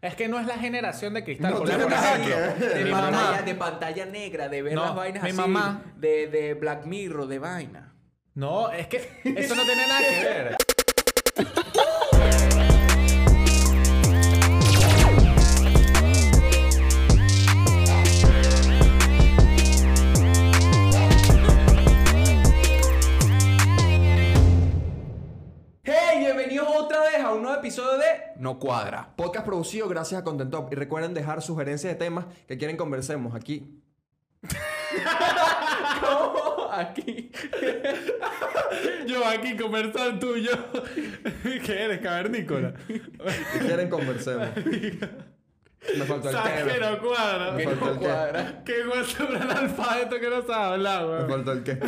Es que no es la generación de cristal. No por tiene ejemplo. nada que ver. Mi De mamá- pantalla, de pantalla negra, de ver No, las vainas mi así. mamá. De, de Black Mirror, de vaina. No, es que eso no tiene nada que ver. ¡Hey! Bienvenidos otra vez a un nuevo episodio de... No cuadra. Podcast producido gracias a Content Top. Y recuerden dejar sugerencias de temas que quieren conversemos aquí. ¿Cómo? Aquí. Yo aquí conversando tú y yo. ¿Qué eres, cavernícola? Que quieren conversemos. Me faltó el ¿Sabes que tema. no cuadra? Me Que faltó no el cuadra. Que igual sobre el alfabeto que no sabe hablar, Me weón. faltó el qué.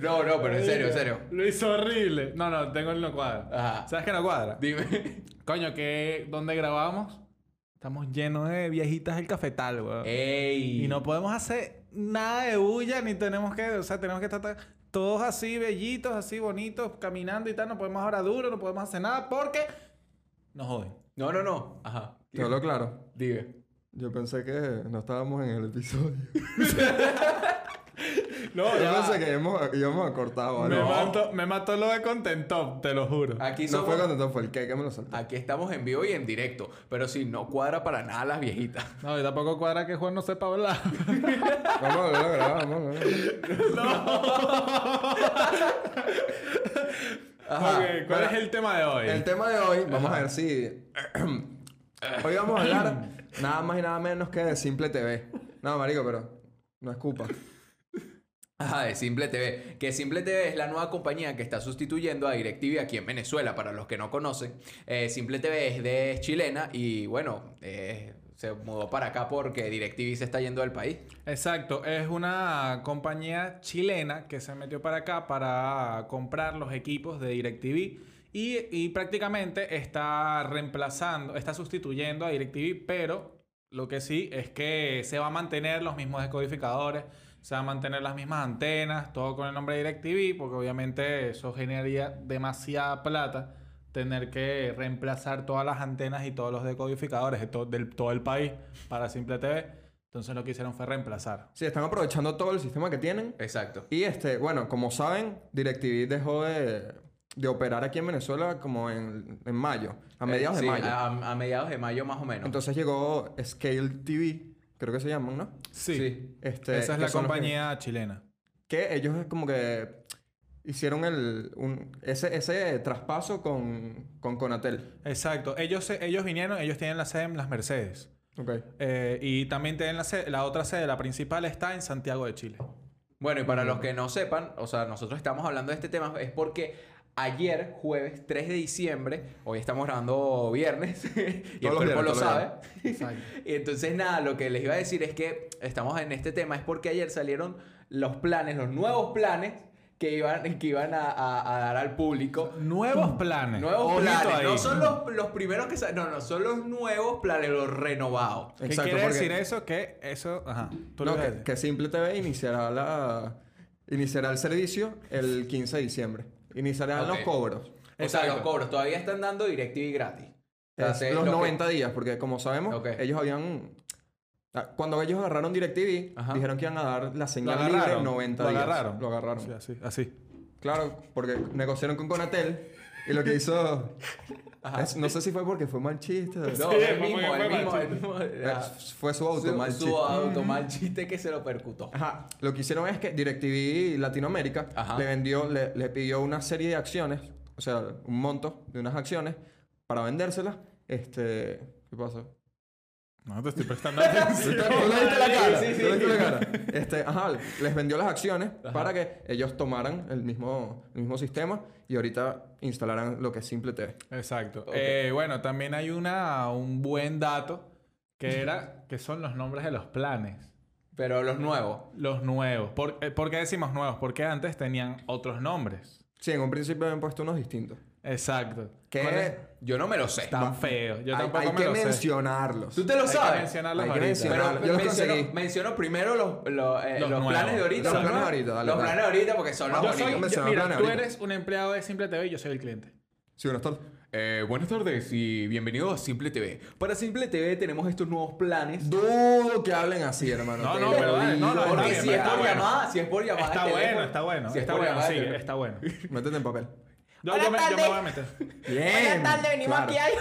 No, no, pero en serio, en serio. Lo hizo horrible. No, no, tengo el no cuadra. Ajá. ¿Sabes que no cuadra? Dime. Coño, ¿qué, ¿dónde grabamos? Estamos llenos de viejitas del cafetal, weón. ¡Ey! Y no podemos hacer nada de bulla, ni tenemos que, o sea, tenemos que tratar todos así, bellitos, así bonitos, caminando y tal. No podemos ahora duro, no podemos hacer nada porque nos joden. No, no, no. Ajá. Te hablo claro. Dime. Yo pensé que no estábamos en el episodio. No, Yo ya va. pensé que íbamos a, íbamos a cortar, ¿vale? Me, No, mató, me mató lo de contentop, te lo juro. Aquí no somos... fue Content Top, fue el qué que me lo soltó. Aquí estamos en vivo y en directo. Pero si no cuadra para nada las viejitas. No, y tampoco cuadra que Juan no sepa hablar. Vamos a volver a grabar, vamos a volver a grabar. Ajá. Ok, ¿cuál Bueno, es el tema de hoy? El tema de hoy, vamos a ver si. hoy vamos a hablar nada más y nada menos que de Simple TV. No, marico, pero no es culpa. Ajá, de Simple TV. Que Simple TV es la nueva compañía que está sustituyendo a DirecTV aquí en Venezuela, para los que no conocen. Eh, Simple TV es de es chilena y bueno, eh, se mudó para acá porque DirecTV se está yendo del país. Exacto, es una compañía chilena que se metió para acá para comprar los equipos de DirecTV y, y prácticamente está reemplazando, está sustituyendo a DirecTV, pero lo que sí es que se va a mantener los mismos decodificadores, se va a mantener las mismas antenas, todo con el nombre de DirecTV, porque obviamente eso generaría demasiada plata tener que reemplazar todas las antenas y todos los decodificadores de to- del todo el país para Simple TV. Entonces lo que hicieron fue reemplazar. Sí, están aprovechando todo el sistema que tienen. Exacto. Y este, bueno, como saben, DirecTV dejó de, de operar aquí en Venezuela como en, en mayo, a mediados Eh, sí, de mayo. ah, A, a mediados de mayo más o menos. Entonces llegó Scale TV, creo que se llaman, ¿no? Sí. Este, Esa es que la son los que- compañía chilena. que ellos es como que hicieron el, un- ese, ese traspaso con, con Conatel. Exacto. Ellos, se- ellos vinieron, ellos tienen la sede en Las Mercedes. Ok. Eh, y también tienen la, sede- la otra sede, la principal está en Santiago de Chile. Bueno, y para los que no sepan, o sea, nosotros estamos hablando de este tema es porque ayer, jueves 3 de diciembre, hoy estamos grabando viernes, y el Todos los cuerpo lo viernes, todos los sabe. Exacto. Y entonces, nada, lo que les iba a decir es que estamos en este tema, es porque ayer salieron los planes, los nuevos planes que iban, que iban a, a- a dar al público. Mm. Nuevos planes. Nuevos Eh, Ojito planes, ahí. no son los, los primeros que sal- no, no, son los nuevos planes, los renovados. ¿Qué Exacto, quiere porque- decir eso? Que eso... Ajá. Tú No, lo que, ves. que Simple TV iniciará, la, iniciará el servicio el 15 de diciembre. Iniciarán Ok. los cobros. O sea, los Exacto. cobros todavía están dando DirecTV gratis. O sea, Es se- los lo que- 90 días, porque como sabemos, Ok. ellos habían... ah, Cuando ellos agarraron DirecTV, Ajá. dijeron que iban a dar la Lo señal libre agarraron. en 90 lo días. agarraron. Lo agarraron. Sí, así. así. Claro, porque negociaron con Conatel y lo que hizo... es- no sé si fue porque fue mal chiste. No, Sí, el fue mismo, muy- el fue mismo, mal el mismo. Eh, ajá. Fue su auto su, mal su chiste. auto mal chiste que se lo percutó. Ajá, lo que hicieron es que DirecTV Latinoamérica Ajá. le vendió, le, le pidió una serie de acciones, o sea, un monto de unas acciones para vendérselas. Este, ¿qué pasó? No te estoy prestando atención. ¿No le viste la cara? Sí, sí, ¿No le viste sí. la cara? Este, ajá, les vendió las acciones para que ellos tomaran el mismo, el mismo sistema y ahorita instalaran lo que es Simple TV. Exacto. Ok. Eh, bueno, también hay una, un buen dato que era que son los nombres de los planes. Pero los nuevos. Los nuevos. ¿Por, eh, por qué decimos nuevos? Porque antes tenían otros nombres. Sí, en un principio habían puesto unos distintos. Exacto. Que ¿Cuál es? Eh, Yo no me lo sé. Tan feos. Yo hay, tampoco hay me que lo sé. mencionarlos. Tú te lo Hay que sabes. mencionarlos Hay que ahorita. mencionar- Pero Yo los conseguí. menciono, menciono primero los, los, eh, Los los nuevos. planes de ahorita. Los planes nuevos. ahorita, dale, Los dale. planes de ahorita porque son los Yo bonitos. soy, Ahorita yo- mencionamos mira, planes tú ahorita. eres un empleado de Simple TV y yo soy el cliente. Sí, buenos tardes. Eh, buenas tardes y bienvenidos a Simple TV. Para Simple TV tenemos estos nuevos planes. Dudo que hablen así, hermano. No, te no, lo pero dale, no, no, digo. está Porque bien, si pero es por está bueno. llamada, si es por llamada. Está de bueno, teléfono, está bueno. Si es está por bueno, llamada de sigue, teléfono. está bueno. Yo, Métete en papel. yo me, yo me tardes. voy a meter. Bien. Buenas tardes, venimos claro. aquí a...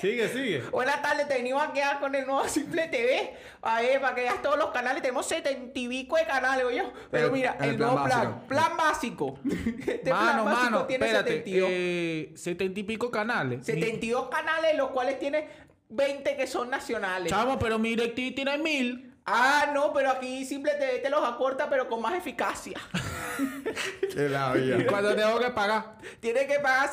Sigue, sigue. Este Buenas tardes, te venimos a quedar con el nuevo Simple TV. A ver, para que veas todos los canales. Tenemos 70 y pico de canales, oye. Pero El- mira, el el, plan nuevo plan. básico. Plan básico. Este mano, plan básico mano, tiene espérate. 72. eh, 70 y pico canales. 72 canales, los cuales tiene 20 que son nacionales. Chamo, pero mi DirecTV tiene mil. Ah, no, pero aquí Simple TV te los acorta, pero con más eficacia. Qué labia. ¿Cuánto tengo que pagar? Tiene que pagar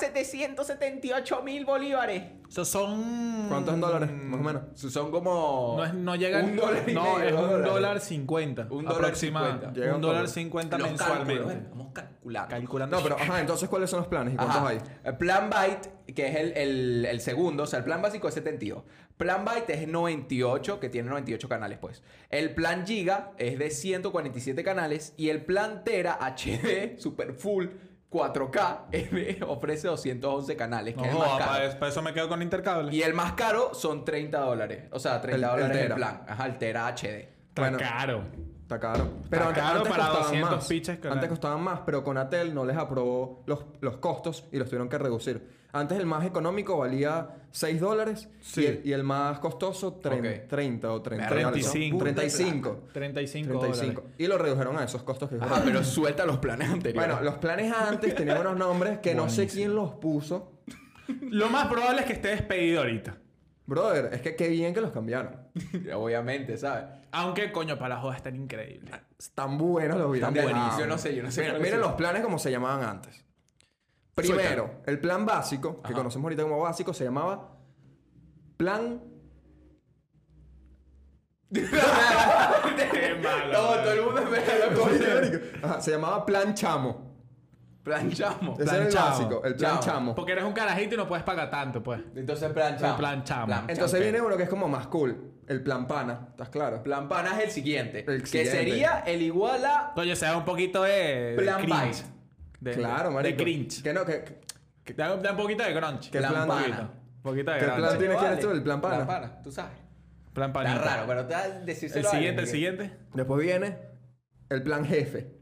778 mil bolívares. Eso son... ¿Cuántos en dólares? Más o menos. Mm, Son como. No, es, no llega... Un dólar y No, medio, es dos un dólares. dólar cincuenta. Un dólar aproximado. cincuenta. Llega Un dólar por- cincuenta Los mensualmente. cálculos, ¿eh? Vamos calculando. Calculando. No, pero ajá, entonces ¿cuáles son los planes y cuántos Ajá. hay? Eh, Plan Byte, que es el, el- el segundo, o sea, el plan básico es 72. Plan Byte es 98, que tiene 98 canales, pues. El plan Giga es de 147 canales. Y el plan Tera HD Super Full 4K es de- ofrece 211 canales, que No, es el más joda, para caro. eso, para eso me quedo con intercable. Y el más caro son 30 dólares. O sea, 30 El- el dólares el, Tera. plan. Ajá, el Tera HD. Está Bueno. caro. Está caro. Pero antes- caro antes para costaban 200 más. pichas que Antes nada. costaban más, pero Conatel no les aprobó los, los costos y los tuvieron que reducir. Antes el más económico valía 6 dólares Sí. y, el, y el más costoso tre- Ok. 30 o 30, Verga, 35. 35. Ah, 35, 35. dólares. Ah, Y lo redujeron a esos costos que Ajá, pero suelta los planes anteriores. Bueno, los planes antes tenían unos nombres que no sé quién los puso. Lo más probable es que esté despedido ahorita. Brother, es que qué bien que los cambiaron. Obviamente, ¿sabes? Aunque, coño, para la joda están increíbles. Están buenos los videos. Están buenísimos. Yo no sé, yo no sé Mira, cuáles miren son. los planes como se llamaban antes. Primero, el plan básico, que Ajá. conocemos ahorita como básico, se llamaba Plan. Qué malo. No, todo el mundo espera lo coño. Ajá, se llamaba Plan Chamo. Plan chamo. Ese Plan era el Chamo. básico, el Plan Chamo. weón. Porque eres un carajito y no puedes pagar tanto, pues. Entonces, plan chamo. plan chamo. Entonces chamo. viene uno que es como más cool, el Plan Pana, ¿estás claro? Plan pana es el siguiente. El que siguiente. sería el igual a. Coño, se da un poquito de. de Plan cringe. Byte. De- claro, de- marico. De cringe. Que no, que, que- Da, da un poquito de crunch. ¿Qué Da plan un poquito. pana? Un poquito de ¿Qué crunch. plan tiene? Vale. ¿Quién es tú? El plan pana. Plan pana, tú sabes. Plan Está panita. raro, pero te vas a decírselo El a siguiente, el alguien, siguiente. después viene el Plan Jefe.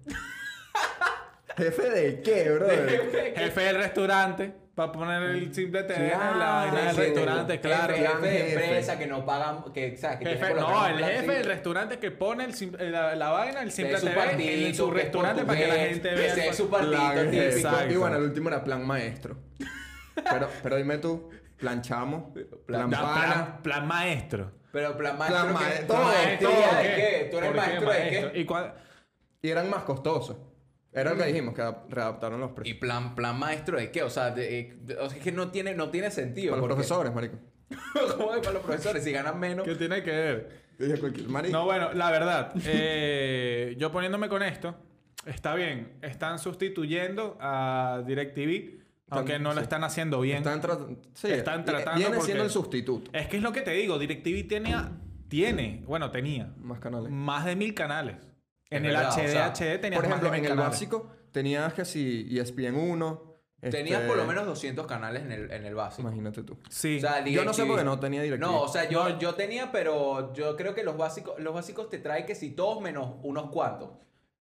¿Jefe de qué, brother? Eh, Jefe del restaurante. Para poner el simple TV en la ah, vaina del sí, restaurante, sí. claro. Jefe, Plan de jefe. empresa que no pagan. Que, ¿sabes? Que tiene Jefe- por no, lo menos el un plan jefe del simple. restaurante que pone el sim- la, la vaina, el simple su TV en partidito, su que es restaurante para que la portugués, gente que vea. se el dé su pa- partidito Plan típico. jefe. Exacto. Y bueno, el último era plan maestro. Pero, pero dime tú, plan chamo, plan, Da- pana. plan, plan maestro. Pero plan maestro. Plan que- maestro. Todo, Maestro, todo, ¿por ¿de qué? ¿Tú ¿Por eres qué maestro de qué? ¿Y cuál- Y eran más costosos. Era lo que dijimos, que adap- readaptaron los ¿Y precios. plan, plan maestro de qué? O sea, de- eh, de- o sea, es que no tiene, no tiene sentido. Para los porque- profesores, marico. ¿Cómo es para los profesores? Si ganan menos. ¿Qué tiene que ver? Dije cualquier marico. No, bueno, la verdad, eh, yo poniéndome con esto, está bien, están sustituyendo a DirecTV, aunque no lo sí. están haciendo bien. Están, tratando... sí, Están eh, tratando Viene porque- siendo el sustituto. Es que es lo que te digo, DirecTV tenía, tiene, bueno, tenía Más canales. más de mil canales. En Es el verdad, o HD, sea, HD Mm, tenías Por ejemplo, más de en mil el canales. básico tenías que si E ESPN 1. Tenías este, por lo menos 200 canales en el, en el básico. Imagínate tú. Sí. O sea, Yo no sé DirecTV. por qué no tenía DirecTV. No, o sea, yo, yo tenía, pero yo creo que los básicos, los básicos te trae que si todos menos unos cuantos.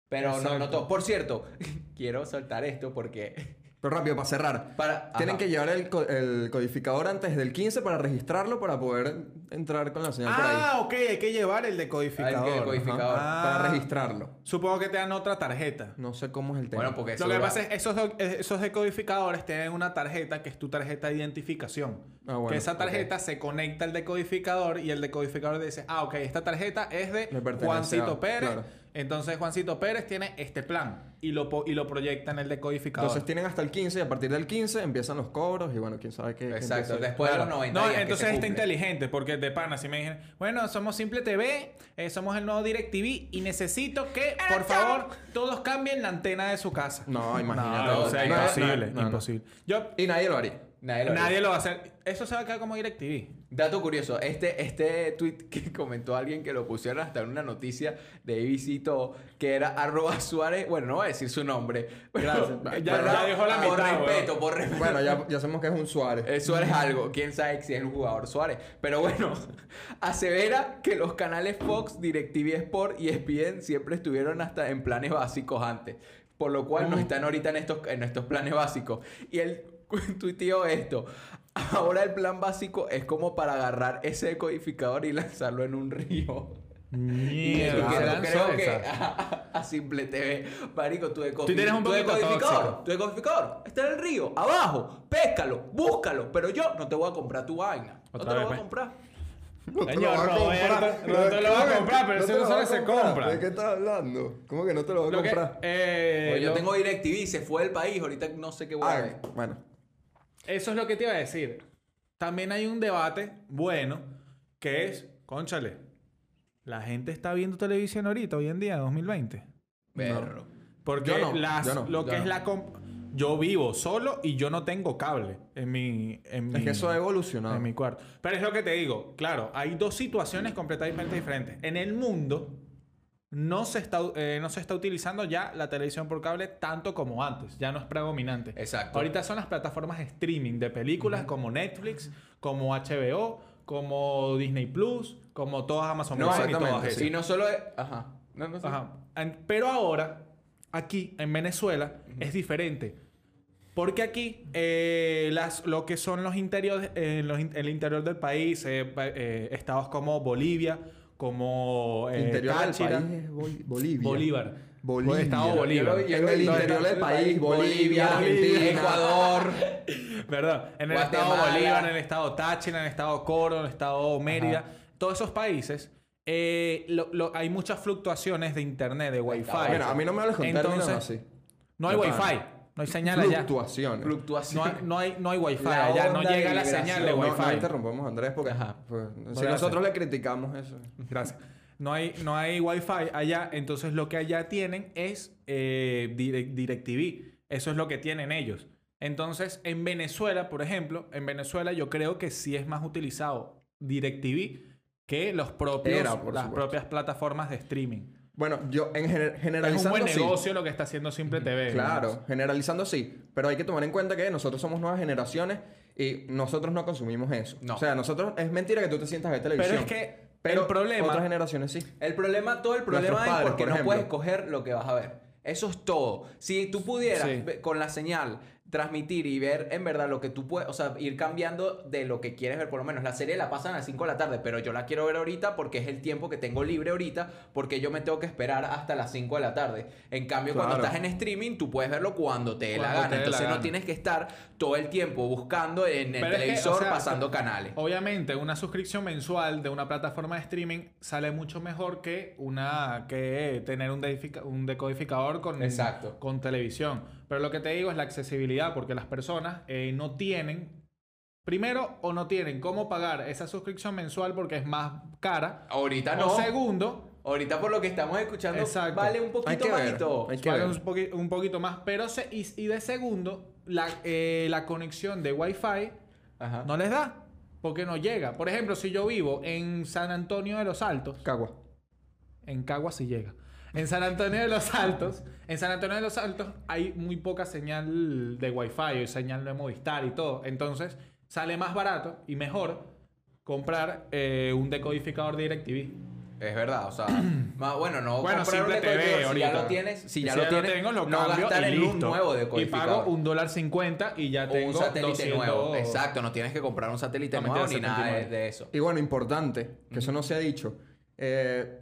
Pero no, no Exacto. todos. Por cierto, quiero soltar esto porque. Pero rápido, para cerrar. Para, Tienen ajá. que llevar el, co- el codificador antes del 15 para registrarlo para poder entrar con la señal por ahí. ah, ok, hay que llevar el Ah, el que- el decodificador. codificador. Ajá, Para Ah. registrarlo. Supongo que te dan otra tarjeta. No sé cómo es el tema. Bueno, porque eso Lo que va- pasa es esos do- esos decodificadores tienen una tarjeta que es tu tarjeta de identificación. Ah, bueno, que esa tarjeta se conecta al decodificador y el decodificador dice, ah, ok, esta tarjeta es de Le pertenece Juancito a- Pérez. claro. Entonces Juancito Pérez tiene este plan y lo, po- y lo proyecta en el decodificador. Entonces tienen hasta el 15 y a partir del 15 empiezan los cobros y bueno, quién sabe qué. qué Exacto, empieza. después de los 90. no, días que entonces se está cumple. inteligente, porque de pana, si me dijeron, bueno, somos Simple TV, eh, somos el nuevo DirecTV y necesito que, por favor, todos cambien la antena de su casa. No, imagínate. No, o sea, No, no, imposible, no, no. imposible. Yo, Y nadie lo haría. Nadie lo haría. Nadie lo va a hacer. Eso se va a quedar como DirecTV. Dato curioso, este, este tweet que comentó alguien que lo pusieron hasta en una noticia de ABC y todo, que era arroba Suárez, bueno, no voy a decir su nombre, pero Ya- ya dijo la por mitad, respeto, weón. por respeto. Bueno, ya, ya sabemos que es un Suárez. Eh, Suárez algo, quién sabe si es un jugador Suárez. Pero bueno, asevera que los canales Fox, DirecTV Sport y E ESPN siempre estuvieron hasta en planes básicos antes. Por lo cual no están ahorita en estos, en estos planes básicos. Y él tuiteó esto. Ahora el plan básico es como para agarrar ese decodificador y lanzarlo en un río. Y yo Mierda. Ah, se creo- lanzó creo que esa. a, simple TV, marico, tu, deco- Tú tienes un tu poquito decodificador, tóxico. tu decodificador está en el río, abajo, péscalo, búscalo, pero yo no te voy a comprar tu vaina, no Otra vez, te lo voy a pues. comprar. No te lo Coño, va a Roberto, comprar. no te lo va a comprar, pero No ese te lo no va solo a se comprar. compra. ¿De qué estás hablando? ¿Cómo que no te lo va a Lo que- comprar? eh, Oye, yo lo- tengo DirecTV, se fue del país, ahorita no sé qué voy a Ah, ver. bueno. Eso es lo que te iba a decir. También hay un debate bueno que es, conchale, la gente está viendo televisión ahorita, hoy en día, 2020. Verlo. Porque Yo no, las, yo no, lo yo que es no. la... comp- Yo vivo solo y yo no tengo cable en mi... En Es mi- que eso ha evolucionado. En mi cuarto. Pero es lo que te digo. Claro, hay dos situaciones completamente diferentes. En el mundo no se está, eh, no se está utilizando ya la televisión por cable tanto como antes. Ya no es predominante. Exacto. Ahorita son las plataformas de streaming de películas como Netflix, como HBO, como Disney Plus, como todas Amazon No, Prime y todas exactamente, esas. sí. Y no solo es... Ajá. No, no sé. Ajá. En- Pero ahora, aquí en Venezuela, es diferente. Porque aquí eh, las, lo que son los interiores, eh, los in- el interior del país, eh, pa- eh, estados como Bolivia, como eh, interior del Táchira, país es Bol- Bolivia. Bolívar. Pues, Bolivia. Estado Bolívar. En el interior del país, Bolivia, Argentina, Ecuador. Perdón, en el estado Guatemala. Bolívar, en el estado Táchira, en el estado Coro, en el estado Mérida, todos esos países, eh, lo- lo- hay muchas fluctuaciones de internet, de wifi. Mira, a mí no me hables con términos así. No hay No, wifi, para. no hay señal allá. Fluctuaciones. No Fluctuaciones. hay, no hay, no hay wifi La allá, no onda de llega la vibración. señal de No, wifi. No, interrumpamos a Andrés porque Ajá. pues, si gracias. nosotros le criticamos eso. Gracias. No hay, no hay wifi allá, entonces lo que allá tienen es eh, Direc- DirecTV. Eso es lo que tienen ellos. Entonces, en Venezuela, por ejemplo, en Venezuela yo creo que sí es más utilizado DirecTV que los propios, Era, por las supuesto. propias plataformas de streaming. Bueno, yo en gener- Es un generalizando buen sí. negocio eh. lo que está haciendo Simple TV. Claro, generalizando sí, pero hay que tomar en cuenta que nosotros somos nuevas generaciones y nosotros no consumimos eso. No. O sea, nosotros es mentira que tú te sientas a ver televisión. es que pero el problema- otras generaciones sí. El problema, todo el Nuestros problema es padres, porque por no ejemplo. puedes coger lo que vas a ver. Eso es todo. Si tú pudieras Sí. ve- con la señal transmitir y ver en verdad lo que tú puedes, o sea, ir cambiando de lo que quieres ver, por lo menos la serie la pasan a las 5 de la tarde, pero yo la quiero ver ahorita porque es el tiempo que tengo libre ahorita, porque yo me tengo que esperar hasta las 5 de la tarde. En cambio, cuando Claro. estás en streaming, tú puedes verlo cuando te dé la Cuando te gana. dé la Entonces no gana. tienes que estar todo el tiempo buscando en el Pero es que, televisor o sea, pasando canales. Obviamente, una suscripción mensual de una plataforma de streaming sale mucho mejor que una que tener un, dedifica- un decodificador con, Exacto. con televisión. Pero lo que te digo es la accesibilidad, porque las personas eh, no tienen, primero, o no tienen cómo pagar esa suscripción mensual porque es más cara. Ahorita Ah, O no. segundo, Ahorita por lo que estamos escuchando Exacto. vale un Hay poquito que ver, más y todo. hay que pagan ver. un, poqui- un poquito más. Pero se, y, y de segundo, la, eh, la conexión de Wi-Fi Ajá. Ah. No les da. Porque no llega. Por ejemplo, si yo vivo en San Antonio de los Altos, Cagua. en Cagua sí llega. En San Antonio de los Altos, en San Antonio de los Altos hay muy poca señal de Wi-Fi o señal de Movistar y todo. Entonces, sale más barato y mejor comprar eh, un decodificador de DirecTV. Es verdad, o sea, más, bueno, no Bueno, comprar un simple TV decodificador, si ahorita. ya lo tienes, si ya lo tienes, tengo, lo no cambio gastar y en un listo. nuevo Y pago decodificador. un dólar cincuenta y ya o tengo un satélite 200 nuevo. Exacto, no tienes que comprar un satélite No, nuevo ni mentira, nada de, 79. de eso. Y bueno, importante, que eso no se ha dicho. eh,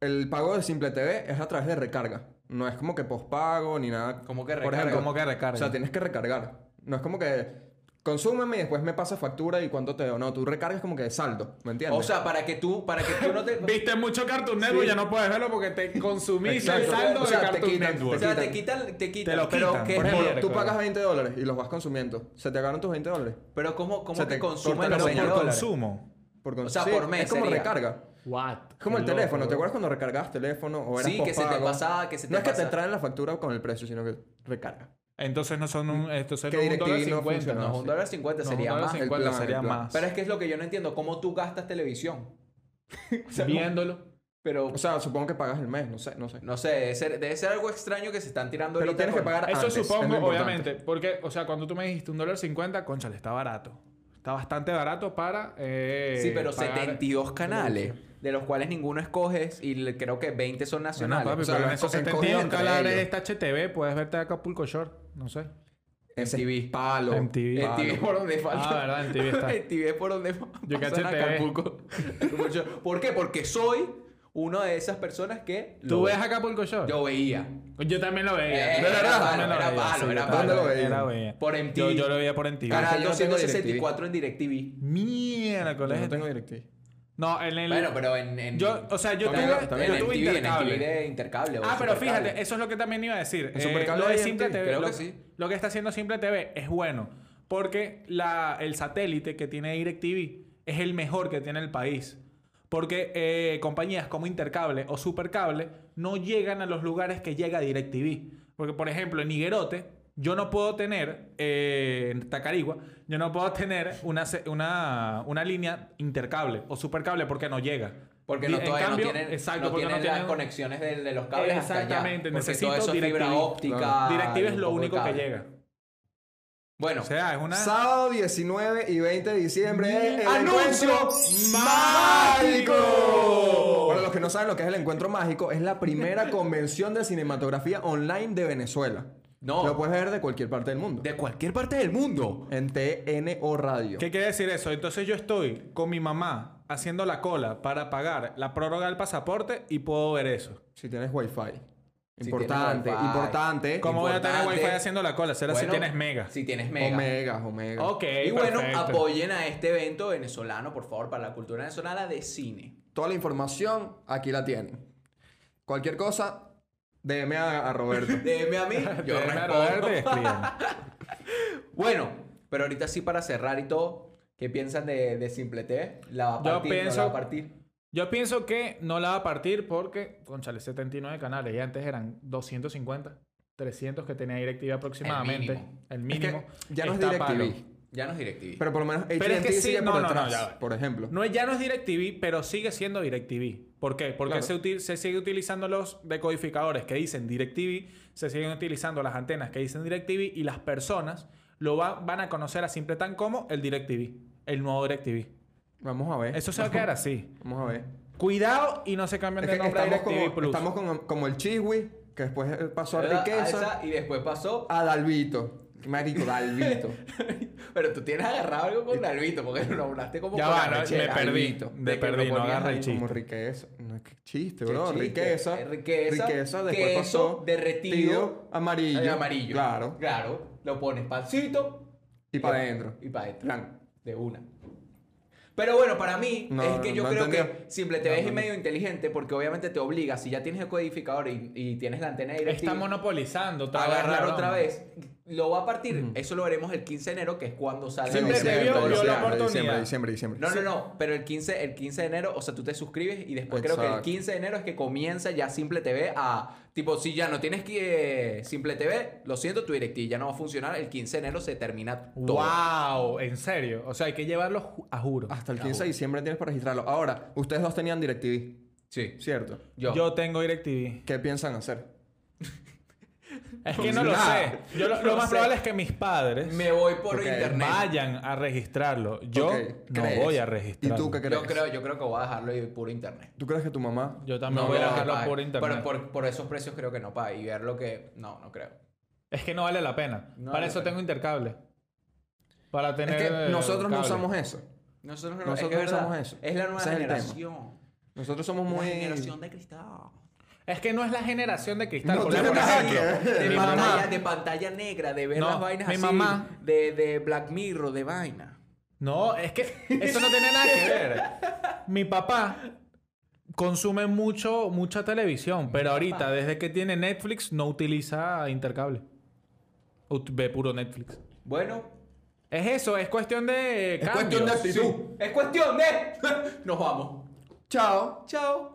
el pago de Simple TV es a través de recarga. No es como que pospago ni nada. ¿Cómo que Por recarga? ejemplo, ¿Cómo que recarga? O sea, tienes que recargar. No es como que consúmeme y después me pasa factura y cuánto te doy. No, tú recargas como que de saldo, ¿me entiendes? O sea, para que tú, para que tú no te Viste mucho Cartoon Network, Sí. ya no puedes verlo porque te consumís el Exacto. saldo O sea, de te Cartoon quitan- Network. o sea, te quitan. quitan, te quitan, Te lo pero quitan, que Por ejemplo, tú miércoles. pagas 20 dólares y los vas consumiendo. ¿Se te acabaron tus 20 dólares? pero cómo cómo Se te te consumen cortan los los Pero 20 por dólares. consumo. Por O sea, sí, por mes Es como sería. recarga. What? Es como el teléfono. ¿Te acuerdas cuando recargabas teléfono o eras Sí, que se te pospago? pasaba, que se te No es que te pasaba. traen la factura con el precio, sino que recarga. Entonces no son un, entonces Mm. Que no es un dólar DirecTV no 50. funciona. No, No, sí. un dólar cincuenta No, sería un dólar más. el 50 plan, sería el plan. más. Pero es que es lo que yo no entiendo. ¿Cómo tú gastas televisión? O sea, ¿cómo? Viéndolo. Pero, O sea, supongo que pagas el mes, no sé, no sé. no sé, debe ser, debe ser algo extraño que se están tirando Pero ahorita tienes que con- pagar Eso antes, es lo supongo, importante. obviamente. Porque, o sea, cuando tú me dijiste un dólar 50, conchale, está barato. Está bastante barato para. eh, Sí, pero pagar- 72 canales, de los cuales ninguno escoges y le- creo que 20 son Bueno, nacionales. papi, o sea, pero en lo esos escogen 72 entre canales ellos. está HTV, puedes verte Acapulco Shore. No sé. Ese es MTV. Palo. MTV. En palo. TV por donde falta. Ah, verdad, en TV está. En TV por donde fa- Yo pasa en caché TV. Acapulco. ¿Por qué? Porque soy una de esas personas que. lo ¿Tú ve. ves Acapulco Shore? Yo veía. Yo también lo veía. Eh, Yo era también palo, lo era veía, sí, palo, era yo palo. también ¿Dónde lo Era veías? veía. Por Yo, MTV. yo lo veía por MTV. Canal Yo no tengo 264 en DirecTV. Miércoles. Yo no tengo DirecTV. No, en el. Bueno, pero en. en Yo, o sea, yo También tuve, lo- también yo en tuve MTV, en intercable. MTV de intercable. o Ah, pero supercable. fíjate, eso es lo que también iba a decir. En Eh, Supercable lo de hay Simple MTV, TV, creo lo, que sí. lo que está haciendo Simple TV es bueno. Porque la, el satélite que tiene DirecTV es el mejor que tiene el país. Porque eh, compañías como Intercable o Supercable no llegan a los lugares que llega DirecTV. Porque, por ejemplo, en Higuerote, yo no puedo tener, eh, en Tacarigua, yo no puedo tener una, se- una, una línea Intercable o Supercable porque no llega. Porque Di- no, en todavía cambio- no tienen, exacto, no porque tienen las tienen- conexiones de, de los cables hasta allá. Exactamente, Porque necesito todo eso es fibra DirecTV. óptica. Claro. DirecTV es un lo poco de único que cable. llega. Bueno, O sea, es una. Sábado 19 y 20 de diciembre es el ¡Anuncio encuentro mágico! mágico. Para los que no saben lo que es el encuentro mágico, es la primera convención de cinematografía online de Venezuela. No. Lo puedes ver de cualquier parte del mundo. de cualquier parte del mundo. En TNO Radio. ¿Qué quiere decir eso? Entonces yo estoy con mi mamá haciendo la cola para pagar la prórroga del pasaporte y puedo ver eso. Si tienes wifi. Si Importante, tienes wifi. importante. ¿Cómo voy a tener Importante. wifi haciendo la cola? Será si Bueno, tienes mega. Si tienes mega. Omegas, omegas. Ok, y bueno, perfecto. apoyen a este evento venezolano, por favor, para la cultura venezolana de cine. Toda la información aquí la tienen. Cualquier cosa, DM a, a Roberto. Deme a mí, yo Déjame rodearte y respondo. escríbeme. Bueno, pero ahorita sí para cerrar y todo, ¿qué piensan de, de Simple TV? ¿La va a Yo partir? ¿No pienso- la va a partir? Yo pienso que no la va a partir porque, conchale, 79 canales. Y antes eran 250, 300 que tenía DirecTV aproximadamente. El mínimo. mínimo. Es que ya no es Está palo. DirecTV. Ya nos DirecTV. Pero por lo menos AT&T Pero es que sí, sigue no, por no, no, detrás, ya va. por ejemplo. No, es- ya no es DirecTV, pero sigue siendo DirecTV. ¿Por qué? Porque Claro. se, util- se sigue utilizando los decodificadores que dicen DirecTV, se siguen utilizando las antenas que dicen DirecTV y las personas lo va- van a conocer a simple tan como el DirecTV, el nuevo DirecTV. Vamos a ver. Eso se va a quedar así. Vamos a ver. Cuidado y no se cambien Es de que nombre a estamos, DirecTV como, Plus. estamos como, como el Chihui, que después eh, pasó a ¿Verdad? A Riqueza, esa, y después pasó. a Dalvito. Marico, Dalvito. Pero tú tienes agarrado algo con Dalvito, porque lo nombraste como Ya con va, no, me arrechera. perdí. Albito, Me de que perdí, lo no ponías agarra ahí el Como chiste. Riqueza. No, qué chiste, Qué bro. chiste. Riqueza. Eh, riqueza, después queso pasó. derretido, tido, amarillo. El amarillo. Claro. Claro. Lo pones pancito. Y para adentro. Y para adentro. Plan. De una. Pero bueno, para mí No, es que no, yo no creo que entendió. Simple TV es medio inteligente porque obviamente te obliga, si ya tienes el codificador y, y tienes la antena directa, Está monopolizando. otra vez la agarrar broma. otra vez. Lo va a partir, eso lo veremos el 15 de enero, que es cuando sale Simple el TV evento. vio- vio la Ah, diciembre, oportunidad. diciembre, diciembre, diciembre. No, no, no, pero el 15, el 15 de enero, o sea, tú te suscribes y después creo que el Exacto. 15 de enero es que comienza ya Simple TV a, tipo, si ya no tienes que eh, Simple TV, lo siento, tu DirecTV ya no va a funcionar, el 15 de enero se termina todo. Wow, en serio. O sea, hay que llevarlo ju- a juro. Hasta el 15 de diciembre tienes para registrarlo. Ahora, ustedes dos tenían DirecTV, Sí, ¿cierto? yo. Yo tengo DirecTV. ¿Qué piensan hacer? Es que no lo sé. Pues Nada. Yo lo, No lo lo más sé. probable es que mis padres me voy por Ok, internet. vayan a registrarlo. Yo Ok, no ¿crees? voy a registrar. ¿Y tú qué crees? Yo creo, yo creo que voy a dejarlo ir por internet. ¿Tú crees que tu mamá? Yo también No voy a creo que dejarlo pague. por internet. Pero por, por esos precios creo que no paga. Y ver lo que. No, no creo. Es que no vale la pena. No Para vale eso la pena. tengo intercable. Para tener. es que eh, nosotros no cable. usamos eso. Nosotros no, Nosotros es que es usamos verdad, eso. Es la nueva Ese es el tema. generación. Nosotros somos La muy... generación de cristal. Es que no es la generación de cristal. No por tiene ejemplo. nada que De, ver. Mi pantalla, mamá. de pantalla negra, de ver No, las vainas mi así. mamá. De, de Black Mirror, de vaina. No, es que eso no tiene nada que ver. Mi papá consume mucho, mucha televisión, pero ahorita, desde que tiene Netflix, no utiliza intercable. Ut- ve puro Netflix. Bueno. Es eso, es cuestión de. Es cuestión de cambios. actitud. Es cuestión de. Nos vamos. Chao. Chao.